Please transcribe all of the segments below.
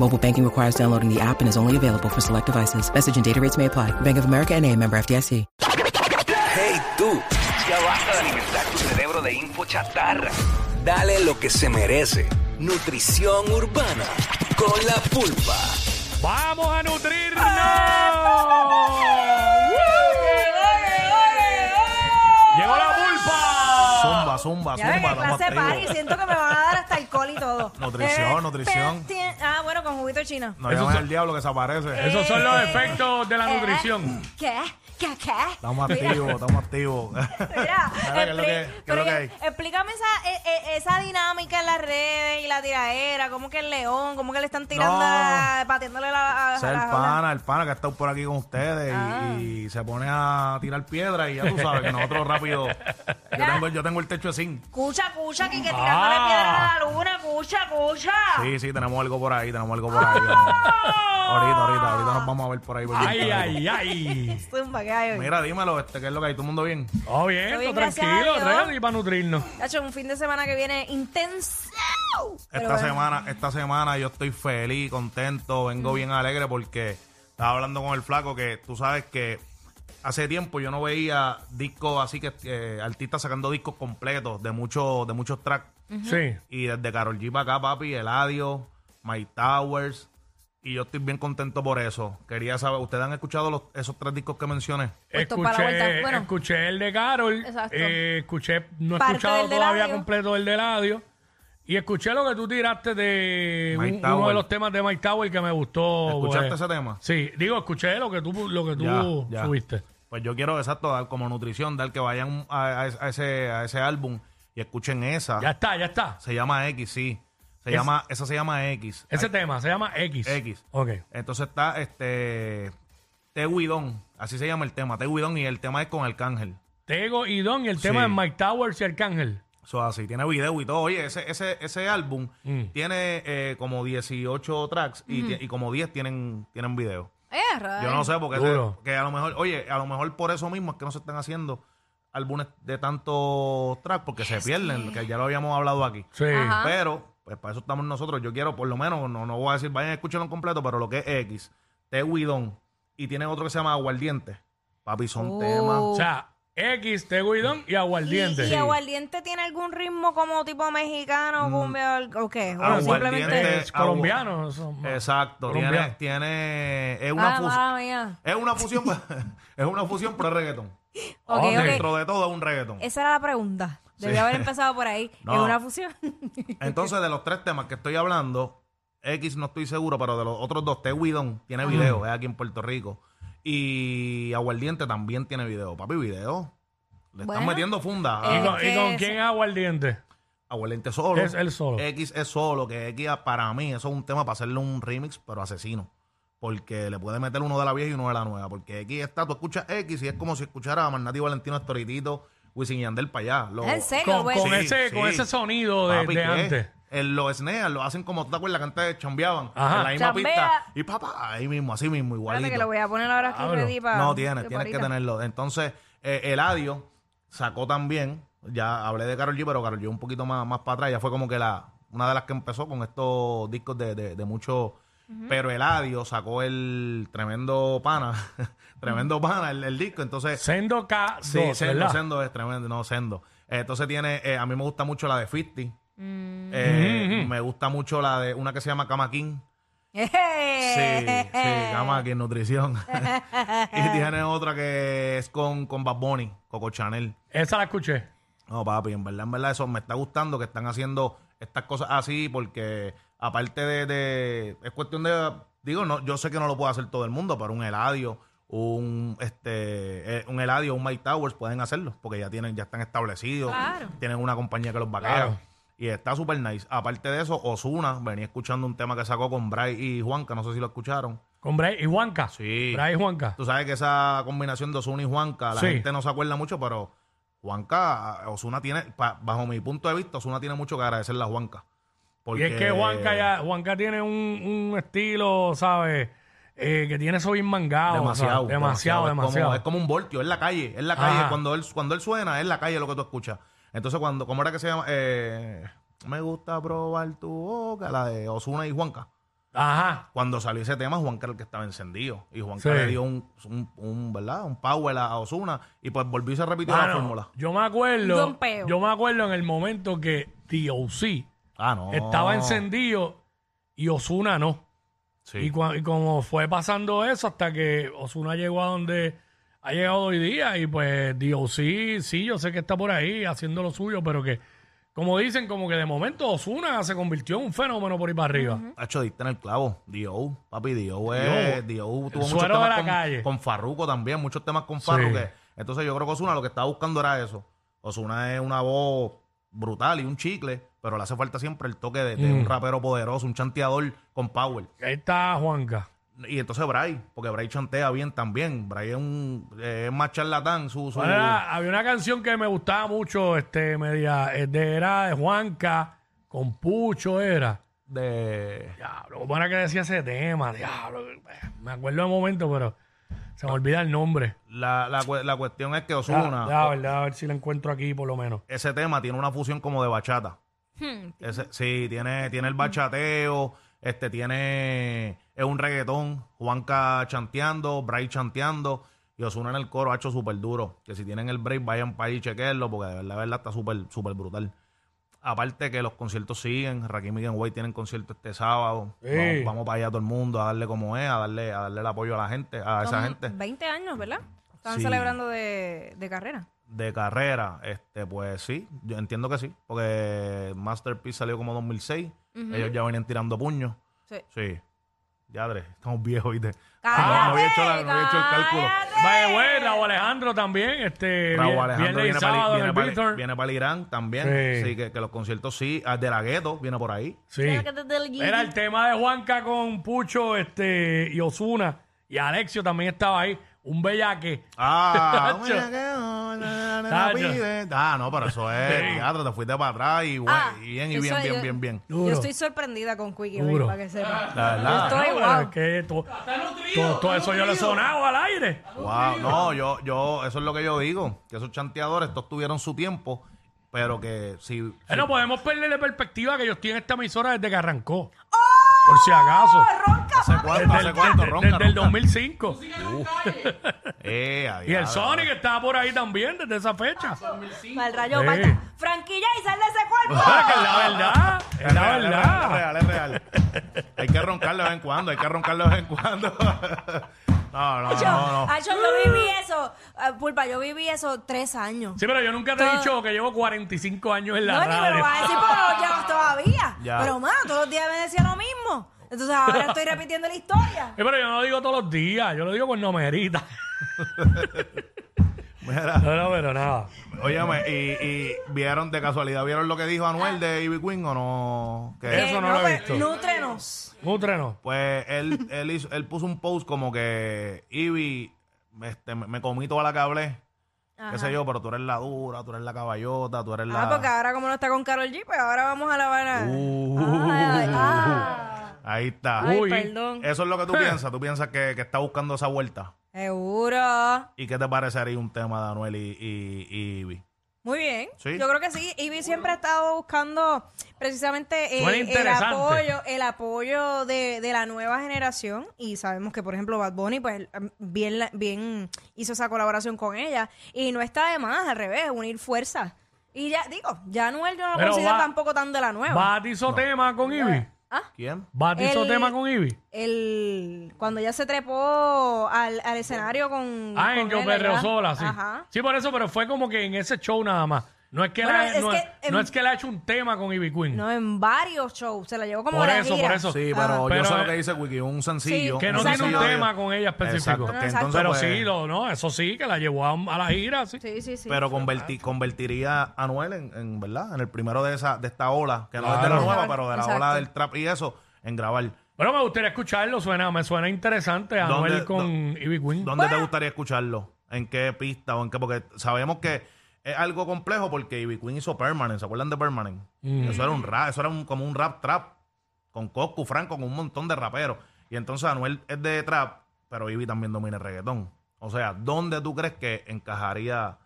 Mobile banking requires downloading the app and is only available for select devices. Message and data rates may apply. Bank of America and a member FDIC. Hey tú, ya basta de alimentar tu cerebro de info chatarra. Dale lo que se merece. Nutrición urbana con la pulpa. ¡Vamos a ¡Ah! nutrirnos! ¡Llegó la pulpa! Zumba, zumba, Ya ven, zumba. en damos clase de trigo. party, siento que me van a dar hasta alcohol y todo. Eh, Nutrición, nutrición. pe- ti- Ah, bueno, con juguito chino. No Eso llaman son- Eh. al diablo que se aparece. Esos son los efectos de la Eh, nutrición. ¿Qué? ¿Qué? ¿Qué? Estamos Mira, activos, estamos activos. Mira, Mira, ¿qué es lo que- expli- qué es lo que hay? pero explícame esa, e- e- esa dinámica en las redes y la tiradera, cómo que el león, cómo que le están tirando, No. a- pateándole la... a- Ese a es el la- pana, el pana que está por aquí con ustedes y- Ah. y, se pone a tirar piedra y ya tú sabes que nosotros rápido. Yo tengo, yo tengo el techo de zinc. Cucha, cucha, que, que tirándole Ah. piedra a la luna, cucha, cucha. Sí, sí, tenemos algo por ahí, tenemos algo por ahí. ahorita, ahorita, ahorita nos vamos a ver por ahí. por ¡Ah! ¡Ay, ay, ahí. ay! Zumba, ¿qué hay hoy? Mira, dímelo, este, ¿qué es lo que hay? ¿Todo el mundo bien? Todo bien, Todo todo bien, gracias tranquilo, a Dios. ready para nutrirnos. Tacho, un fin de semana que viene intenso. Pero Esta bueno. semana, esta semana yo estoy feliz, contento, vengo Mm. bien alegre porque estaba hablando con el flaco que tú sabes que hace tiempo yo no veía discos así que eh, artistas sacando discos completos de muchos de muchos tracks Mm. Sí. y desde Carol G para acá, papi, Eladio, My Towers y yo estoy bien contento por eso. Quería saber, ¿ustedes han escuchado los- esos tres discos que mencioné? Puesto para la vuelta. Escuché, Bueno. escuché el de Carol, Exacto. eh, escuché, no he Parte escuchado del de todavía Eladio. completo el de Eladio. Y escuché lo que tú tiraste de Mike un- uno de Tower. los temas de Mike Tower que me gustó. ¿Escuchaste pues. ese tema? Sí, digo, escuché lo que tú, lo que tú Ya, ya. subiste. Pues yo quiero, exacto, dar como nutrición, dar que vayan a, a- a ese, a ese álbum y escuchen esa. Ya está, ya está. Se llama X, sí. Se Es- llama, esa se llama X. Ese tema se llama X. X. Ok. Entonces está este Teguidón, así se llama el tema, Teguidón, y el tema es con Arcángel. Tego y Don y el tema Sí. de Mike Towers y Arcángel. Eso es así, tiene video y todo. Oye, ese, ese, ese álbum Mm. tiene eh, como 18 tracks y, ti- y como 10 tienen, tienen video. Eh, raro. Yo no sé, porque Duro. ese- que a lo mejor, oye, a lo mejor por eso mismo es que no se están haciendo álbumes de tantos tracks, porque se pierden, que ya lo habíamos hablado aquí. Sí. Ajá. Pero, pues para eso estamos nosotros. Yo quiero, por lo menos, no, no voy a decir, vayan a escucharlo en completo, pero lo que es X, Te Widon, y tiene otro que se llama Aguardiente. Papi, son Oh. O temas. sea, X, Tego y Don y Aguardiente. ¿Y, y aguardiente tiene algún ritmo como tipo Mm. mexicano, cumbia o qué? O Aguardiente. simplemente... Es colombiano. son más- Exacto, tiene, Colombiano. tiene, es una Ah, fusión. madre mía. Es una fusión, pues, es una fusión pero es reggaetón. Ok, Ok. ok. Dentro de todo es un reggaetón. Esa era la pregunta. Debía Sí. haber empezado por ahí. No. Es una fusión. Entonces, de los tres temas que estoy hablando, X no estoy seguro, pero de los otros dos, Te Widon tiene video, es aquí en Puerto Rico. Y Aguardiente también tiene video. Papi, video. Le Bueno. están metiendo funda. ¿Y a- Eh. con, Es y que con es- quién es Aguardiente? Aguardiente solo. Es él solo. X es solo, que X para mí, eso es un tema para hacerle un remix, pero asesino. Porque le puede meter uno de la vieja y uno de la nueva. Porque X está, tú escuchas X y es como si escuchara a Magnati Valentino Estoritito, Wisin y Yandel para allá. Lo- En serio, pues. Con, güey. con Sí, ese, con sí. ese sonido de, Papi, de ¿qué? antes. En los SNEA lo hacen como tú te acuerdas que antes chambeaban Ajá. en la misma Chambea. pista. Y papá, ahí mismo, así mismo, igualito. Espérate que lo voy a poner ahora aquí Pablo. ready para... No tienes, tienes que tenerlo. Entonces, eh, Eladio sacó también, ya hablé de Carol G, pero Carol G un poquito más, más para atrás, ya fue como que la una de las que empezó con estos discos de, de, de mucho... Pero Eladio sacó el tremendo pana, tremendo pana, el, el disco. Entonces, Sendo K2, Sí, Sendo, ¿verdad? Sendo es tremendo, no, Sendo. Eh, Entonces tiene, eh, a mí me gusta mucho la de 50. Eh, Me gusta mucho la de una que se llama Kama King. Sí, sí, llama aquí en nutrición. y tiene otra que es con, con Bad Bunny, Coco Chanel. Esa la escuché. No, papi, en verdad, en verdad, eso me está gustando que están haciendo estas cosas así porque aparte de, de- es cuestión de, digo, no, yo sé que no lo puede hacer todo el mundo, pero un Eladio, un este, eh, un Eladio, un Mike Towers pueden hacerlo porque ya tienen, ya están establecidos, Claro. tienen una compañía que los vaquea. Claro. Y está super nice. Aparte de eso, Osuna, venía escuchando un tema que sacó con Bray y Juanca, no sé si lo escucharon. Con Bray y Juanca. Sí. Bray y Juanca. Tú sabes que esa combinación de Osuna y Juanca, la Sí. gente no se acuerda mucho, pero Juanca, Osuna tiene, pa- bajo mi punto de vista, Osuna tiene mucho que agradecerle a Juanca. Y Porque es que Juanca ya, Juanca tiene un, un estilo, ¿sabes? Eh, que tiene eso bien mangado. Demasiado, ¿sabes? Demasiado, Es como- Es, demasiado. como, un voltio, es la calle. Es la calle. Ajá. Cuando él, cuando él suena, es la calle lo que tú escuchas. Entonces, cuando, ¿cómo era que se llama? Eh, me gusta probar tu boca, la de Osuna y Juanca. Ajá. Cuando salió ese tema, Juanca era el que estaba encendido. Y Juanca Sí. le dio un, un, un, ¿verdad? Un power a Osuna. Y pues volvió y se repitió la Mano, fórmula. Yo me acuerdo. Don Peo. Yo me acuerdo en el momento que DOC Ah, no. estaba encendido y Osuna no. Sí. Y, cua- y como fue pasando eso hasta que Osuna llegó a donde ha llegado hoy día y pues digo, sí, sí, yo sé que está por ahí haciendo lo suyo, pero que como dicen, como que de momento Osuna se convirtió en un fenómeno por ahí para arriba. Hacho, diste en el clavo. Dio, papi, Dio es. Dio tuvo muchos suero de temas la con, calle. con Farruko también, muchos temas con Farruko. que- Entonces, yo creo que Osuna lo que estaba buscando era eso. Osuna es una voz brutal y un chicle, pero le hace falta siempre el toque de, de Mm. un rapero poderoso, un chanteador con power. Ahí está Juanca. Y entonces Bray, porque Bray chantea bien también. Bray es un eh, es más charlatán. Su, su- ¿Cuál era? había una canción que me gustaba mucho, este, media, eh, de- era de Juanca, con Pucho era. de Diablo, ¿cómo era que decía ese tema? Diablo, eh, me acuerdo de momento, pero se me olvida el nombre. la, la, cu- la cuestión es que Ya, Osuna, ya, verdad, a ver si la encuentro aquí por lo menos. ese tema tiene una fusión como de bachata. Hmm. Ese- sí, tiene, tiene el bachateo, este tiene es un reggaetón, Juanca chanteando, Bray chanteando y Osuna en el coro ha hecho súper duro. Que si tienen el break vayan para ahí y chequenlo porque de verdad, de verdad está súper súper brutal. Aparte que los conciertos siguen, Rakim y Way tienen concierto este sábado. Sí. Vamos, vamos para allá todo el mundo a darle como es, a darle a darle el apoyo a la gente, a esa Son gente 20 años, ¿verdad? Están Sí. celebrando de, de carrera. de carrera, este, pues sí, yo entiendo que sí, porque Masterpiece salió como 2006, ellos ya venían tirando puños. Sí. Sí. Yadre, estamos viejos, ¿viste? ¡Cállate! Ah, no había hecho la- no había hecho el cálculo. ¡Cállate! Vaya, güey, Raúl Alejandro también. Este, Raúl vie- Alejandro viernes y viene sábado para, en el Bithorn. Irán también. Sí. Sí, que, que los conciertos sí. Ah, De la Gueto viene por ahí. Sí. Era el tema de Juanca con Pucho este, y Osuna. Y Alexio también estaba ahí. Un bellaque. Ah, Tacho. mira que no, na, na, na, Tacho. pide. ah, no, pero eso es. Teatro, te fuiste para atrás y, bueno, Ah, y bien, y eso bien, yo- bien, bien, bien. Duro. Yo estoy sorprendida con Quickie Ray, Duro. para que sepa. La verdad. Yo estoy No, guau. es que to- todo, todo eso yo le sonaba al aire. Wow, no, yo, yo, eso es lo que yo digo, que esos chanteadores, estos tuvieron su tiempo, pero que si... Eh, no podemos perderle perspectiva que yo estoy en esta emisora desde que arrancó. Por si acaso. Oh, ¿Hace cuánto? Desde, ¿Hace el- cuánto? desde- Ronca, desde el ronca. 2005. Eh, a Y el diablo. Sonic estaba por ahí también desde esa fecha. Mal rayo, Sí. falta. Franquilla y sal de ese Ah, que cuerpo. es la verdad. Es Es la real, es verdad. real, es real, es real. Hay que roncar de vez en cuando, hay que roncar de vez en cuando. No, no, Yo, no, no. Acho, yo viví eso, ah, Pulpa, yo viví eso tres años. Sí, pero yo nunca te he Todo- dicho que llevo 45 años en la Ah. no, ni me lo radio. vas a decir, pero ya todavía. Ya. Pero, mano, todos los días me decía lo mismo. Entonces ahora estoy repitiendo la historia. Sí, pero yo no lo digo todos los días, yo lo digo cuando me herita. Mira, No, no, pero nada. óyeme, y, y vieron de casualidad, ¿vieron lo que dijo Anuel de Ivy Queen o no? Que- Eso no lo he pues, visto. Nútrenos. Nútrenos. Pues él, él, hizo- él puso un post como que Ivy, este, me, me comí toda la que hablé. Qué sé yo, pero tú eres la dura, tú eres la caballota, tú eres la. Ah, porque ahora como no está con Carol G, pues ahora vamos a la vara. Uh. Ay, ah. Ahí está. Ay, Uy. perdón. Eso es lo que tú piensas. Tú piensas que, que está buscando esa vuelta. Seguro. ¿Y qué te parecería un tema de Anuel y, y, y Ivy? Muy bien. Sí. Yo creo que sí. Ivy siempre ha estado buscando precisamente eh, Suena el interesante. apoyo, el apoyo de, de la nueva generación. Y sabemos que, por ejemplo, Bad Bunny, pues, bien, la- bien hizo esa colaboración con ella. Y no está de más, al revés, unir fuerzas. Y ya, digo, ya Noel yo no lo Pero considero va- tampoco tan de la nueva. ¿Bati hizo tema con Ivy? Ah. ¿Quién? ¿Bad hizo El- tema con Ivy? El, cuando ella se trepó al, al escenario con. Ah, en con Yo él, Perreo ¿verdad? Sola, sí. Ajá. Sí, por eso, pero fue como que en ese show nada más. No es que, Bueno, la- es no, que, es- no em, es que le ha hecho un tema con Ivy Queen. No, en varios shows. Se la llevó como Por a la eso, gira. por eso. Sí, Ah. pero Pero, yo sé eh, lo que dice Wiki, un sencillo. que no tiene Exacto. un sencillo de- tema con ella específico. Exacto, que Exacto. entonces, pero pues, sí, lo, no, eso sí, que la llevó a, a la gira, sí. Sí, sí, sí. pero converti- convertiría a Anuel en, en, ¿verdad? En el primero de esa de esta ola, que no es de Claro. la nueva, pero de la Exacto. ola del trap y eso, en grabar. Pero me gustaría escucharlo, suena, me suena interesante ¿Dónde- Anuel con Ivy Queen. Pues ¿Dónde te gustaría escucharlo? ¿En qué pista o en qué? Porque sabemos que es algo complejo porque Ivy Queen hizo Permanent, ¿se acuerdan de Permanent? Eso era un rap, eso era un- como un rap trap con Coscu, Franco, con un montón de raperos. Y entonces Anuel es de trap, pero Ivy también domina el reggaetón. O sea, ¿dónde tú crees que encajaría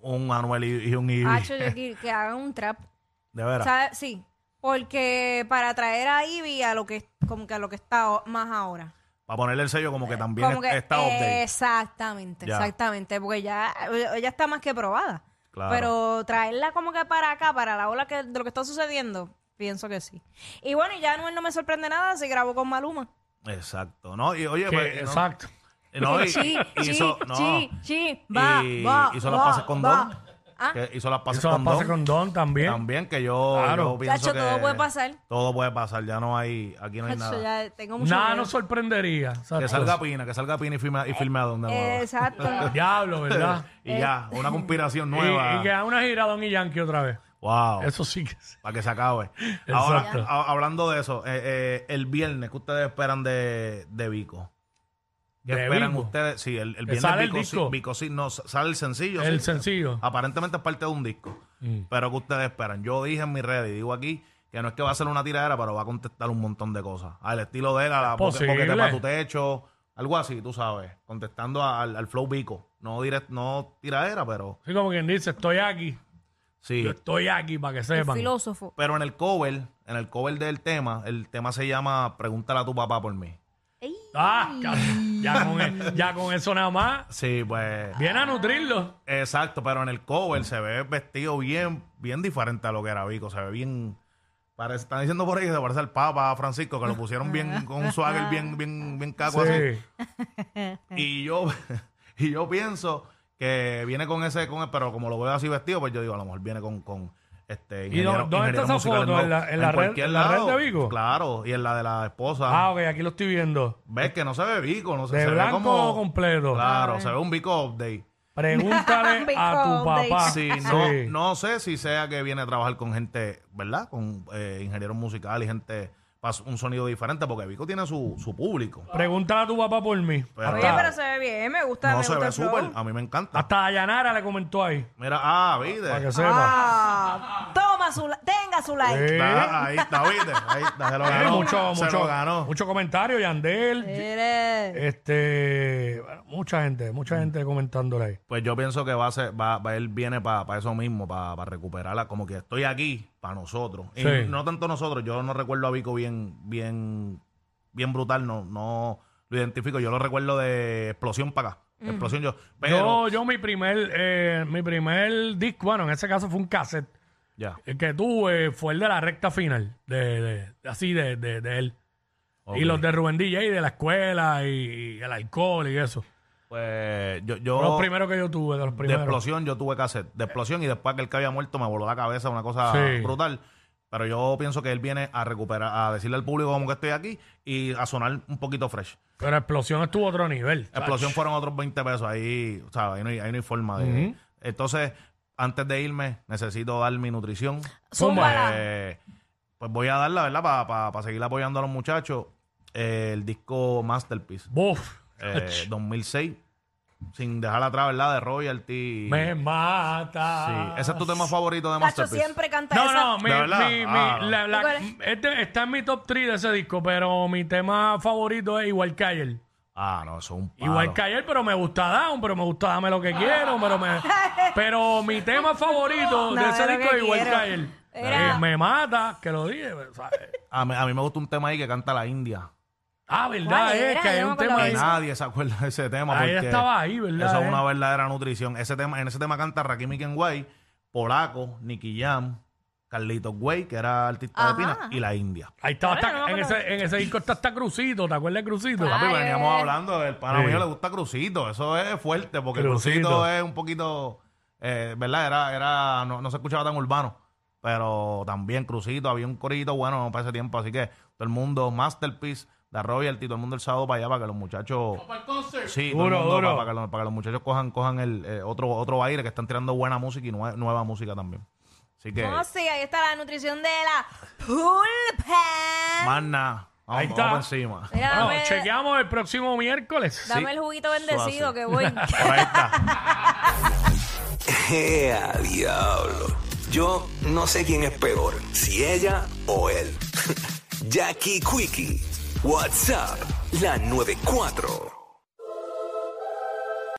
un Anuel y, y un Ivy? Hacho, Ah, yo que, que hagan un trap. de veras. ¿Sabe? Sí. Porque para traer a Ivy a lo que como que a lo que está o- más ahora. Para ponerle el sello como que también Como que- está update. Exactamente, Ya. exactamente. Porque ya ella está más que probada. Claro. Pero traerla como que para acá, para la ola que, de lo que está sucediendo, pienso que sí. Y bueno, y ya Anuel no me sorprende nada, se grabó con Maluma. Exacto, ¿no? Y oye, Que- pues, no- exacto. no, y- Sí, y sí, hizo- no. sí, sí, va, y va, hizo las va, pases con va. Don. Ah. Que hizo las pases Eso con pasa Don. con Don también. También que yo, Claro. yo pienso Chacho, que todo puede pasar. Todo puede pasar, ya no hay, aquí no hay Hacho, nada. ya tengo mucho Nada miedo. nos sorprendería. exacto. Que salga Pina, que salga Pina y filme, y filme a Don de nuevo. Exacto. Eh. Diablo, ¿verdad? Y ya, una conspiración Y- nueva. Oh. Y, que haga una gira Don y Yankee otra vez. wow. Eso sí que sí. Para que se acabe. Ahora, Exacto. a- hablando de eso, eh, eh, el viernes, ¿qué ustedes esperan de, de Vico? ¿Qué ¿De esperan Vico? ustedes? Sí, el, el ¿Que viernes sale el Vico, disco? sí- Vico sí, no, s- sale el sencillo. El Mm. sí. Ah. sencillo. Aparentemente es parte de un disco. Pero ¿qué ustedes esperan? Yo dije en mi red y digo aquí que no es que va a ser una tiradera, pero va a contestar un montón de cosas. Al estilo de él, a la porque, posible. te pa' tu techo, algo así, tú sabes. Contestando a- al, al flow Vico. No, direct, no tiradera, pero Sí, como quien dice, estoy aquí. sí. Yo estoy aquí para que El sepan. filósofo. Pero en el cover, en el cover del tema, el tema se llama Pregúntale a tu papá por mí. Ah, ca- ya con, e- ya con eso nada más. Sí, pues. Viene a nutrirlo. Exacto, pero en el cover se ve vestido bien, bien diferente a lo que era Vico. Se ve bien. parece- están diciendo por ahí que se parece al Papa Francisco, que lo pusieron bien con un swagger bien, bien, bien caco así. Sí. Y yo, y yo pienso que viene con ese, con el- pero como lo veo así vestido, pues yo digo, a lo mejor viene con, con este ¿Y dó- dónde está esa musical, foto? no, ¿En la- en la red- cualquier en la red lado. de Vico? Claro, y en la de la esposa. Ah, ok, aquí lo estoy viendo. Ves que no se ve Vico, no se, De se ve blanco como completo. Claro, se ve un Vico update. Pregúntale a tu Update. papá. Sí, no, no sé si sea que viene a trabajar con gente, ¿verdad? Con eh, ingenieros musicales, gente para un sonido diferente, porque Vico tiene su, su público. Pregúntale a tu papá por mí. Pero- Oye, Claro. pero se ve bien, me gusta. no me se gusta ve el flow. súper, a mí me encanta. Hasta a Yanara le comentó ahí. Mira, ah, Para viste. que sepa. Ah, toma su la- tenga su like. Sí. Ah, ahí está, viste. Ahí está, se lo Tiene ganó. mucho, se mucho, lo ganó. mucho comentario, Yandel. eh, Mire. Este, bueno, mucha gente, Mm. mucha gente comentándole ahí. Pues yo pienso que va a ser, va, va- él viene para eso mismo, para recuperarla, como que estoy aquí para nosotros. Y Sí. no tanto nosotros, yo no recuerdo a Vico bien, bien, bien brutal, no, no lo identifico. Yo lo recuerdo de explosión para acá. Explosión yo. Pero yo, yo mi primer, eh, mi primer disco, bueno, en ese caso fue un cassette. ya. El que tuve fue el de la recta final, de, de- de- así de, de- de él. Y los de Rubén DJ de la escuela y, y el alcohol y eso. Pues yo, yo Fue los primeros que yo tuve, de los de primeros. explosión yo tuve cassette. De explosión y después que el que había muerto me voló la cabeza, una cosa Sí. brutal. Pero yo pienso que él viene a recuperar, a decirle al público como que estoy aquí y a sonar un poquito fresh. Pero explosión estuvo a otro nivel. Explosión Ach. fueron otros 20 pesos. Ahí, o sea, ahí no hay, ahí no hay forma de. Entonces, antes de irme, necesito dar mi nutrición. Zúmbala. Eh, pues voy a darla, ¿verdad? Para seguir apoyando a los muchachos. Eh, el disco Masterpiece Buf. eh, 2006. Sin dejar atrás, ¿verdad? De royalty. Me Sí. mata. Ese es tu tema favorito de Tacho Masterpiece. siempre canta No, esa. no, mi, ¿De verdad? mi- mi- Ah. la- la- ¿Cuál es? este- está en mi top 3 de ese disco, pero mi tema favorito es Igual que ayer. Ah, no, eso es un palo. Igual que ayer, pero me gusta Down, pero me gusta Dame lo que quiero, pero me... Pero mi tema favorito de Dame ese lo disco que es Igual que quiero. ayer. Era- Eh, me mata, que lo dije. pero, ¿sabes? A mí, a mí me gusta un tema ahí que canta la India. Ah, ¿Cuál verdad, era? es que hay Yo no un me tema acordaba Que ahí. de nadie se acuerda de ese tema. Ahí porque estaba ahí, ¿verdad, Eso eh? es una verdadera nutrición. Ese tema, en ese tema canta Rakim y Kenway, Polaco, Nicky Jam, Carlitos Güey, que era artista de Pina, y la India. Ahí estaba, Claro, hasta- no me en, acuerdo. ese, en ese disco está hasta Crucito, ¿te acuerdas de Crucito? Papi, Ay, veníamos eh. hablando del pana Sí. mío le gusta Crucito, eso es fuerte, porque Crucito. Crucito, es un poquito, eh, ¿verdad? Era, era, no, no se escuchaba tan urbano, pero también Crucito, había un corito bueno para ese tiempo, así que todo el mundo, Masterpiece, de Royalty, todo el mundo el sábado para allá, para que los muchachos... Sí, todo el Duro, mundo, duro. Para, para que los, para que los muchachos cojan, cojan el, eh, otro, otro aire, que están tirando buena música y nue- nueva música también. Así que, No, Oh, sí, ahí está la nutrición de la pulpa. más nada, vamos, Ahí está. vamos por encima. Mira, Bueno, dame, chequeamos el próximo miércoles. dame el juguito bendecido Suave. que voy. Por ahí está. ¡Ea, Eh, diablo! Yo no sé quién es peor, si ella o él. Jackie Quickie, WhatsApp, la 94.